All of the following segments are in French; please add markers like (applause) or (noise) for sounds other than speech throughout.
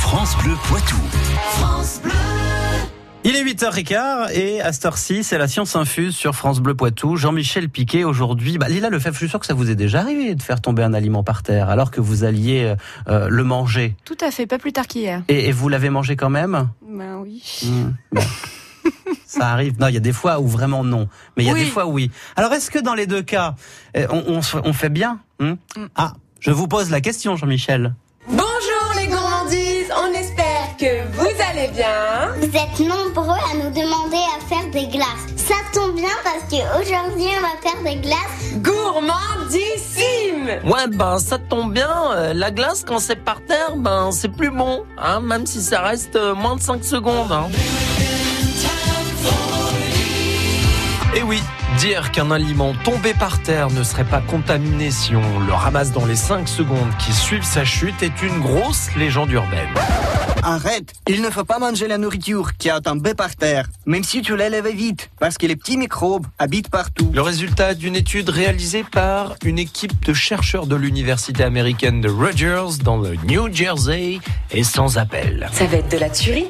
France Bleu Poitou. France Bleu. Il est 8h15 et à cette heure-ci, c'est la science infuse sur France Bleu Poitou. Jean-Michel Piquet, aujourd'hui, bah, Lila Lefebvre, je suis sûr que ça vous est déjà arrivé de faire tomber un aliment par terre alors que vous alliez euh, le manger. Tout à fait, pas plus tard qu'hier. Et, et vous l'avez mangé quand même Ben oui. Hmm, bon. (laughs) Ça arrive. Non, il y a des fois où vraiment non. Mais il y a Oui. des fois où oui. Alors est-ce que dans les deux cas, euh, on, on se- on fait bien hein Ah, je vous pose la question, Jean-Michel. Bonjour les gourmandises, on espère que vous allez bien. Vous êtes nombreux à nous demander à faire des glaces. Ça tombe bien parce qu'aujourd'hui, on va faire des glaces. Gourmandissime Ouais, ben ça tombe bien. euh, La glace, quand c'est par terre, ben c'est plus bon. Hein, même si ça reste euh, moins de 5 secondes. Hein. Et Eh oui, dire qu'un aliment tombé par terre ne serait pas contaminé si on le ramasse dans les 5 secondes qui suivent sa chute est une grosse légende urbaine. Arrête, il ne faut pas manger la nourriture qui a tombé par terre, même si tu l'élèves vite, parce que les petits microbes habitent partout. Le résultat d'une étude réalisée par une équipe de chercheurs de l'université américaine de Rogers dans le New Jersey est sans appel. Ça va être de la tuerie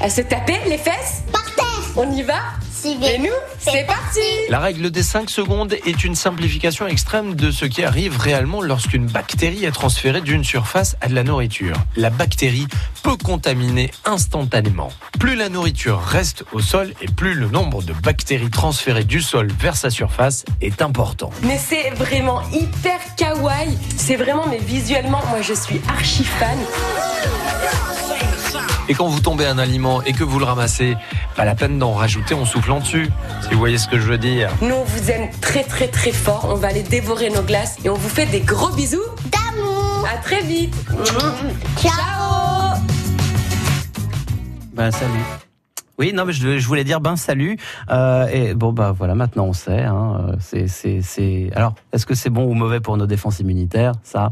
À se taper les fesses Par terre On y va Et nous, c'est parti La règle des 5 secondes est une simplification extrême de ce qui arrive réellement lorsqu'une bactérie est transférée d'une surface à de la nourriture. La bactérie peut contaminer instantanément. Plus la nourriture reste au sol et plus le nombre de bactéries transférées du sol vers sa surface est important. Mais c'est vraiment hyper kawaii C'est vraiment, mais visuellement, moi je suis archi fan Et quand vous tombez un aliment et que vous le ramassez, pas la peine d'en rajouter en soufflant dessus, si vous voyez ce que je veux dire. Nous, on vous aime très très très fort, on va aller dévorer nos glaces et on vous fait des gros bisous D'amour À très vite Ciao Ben salut. Oui, non, mais je, je voulais dire ben salut. Euh, et bon, bah voilà, maintenant on sait. Hein, euh, c'est, c'est, c'est. Alors, est-ce que c'est bon ou mauvais pour nos défenses immunitaires Ça,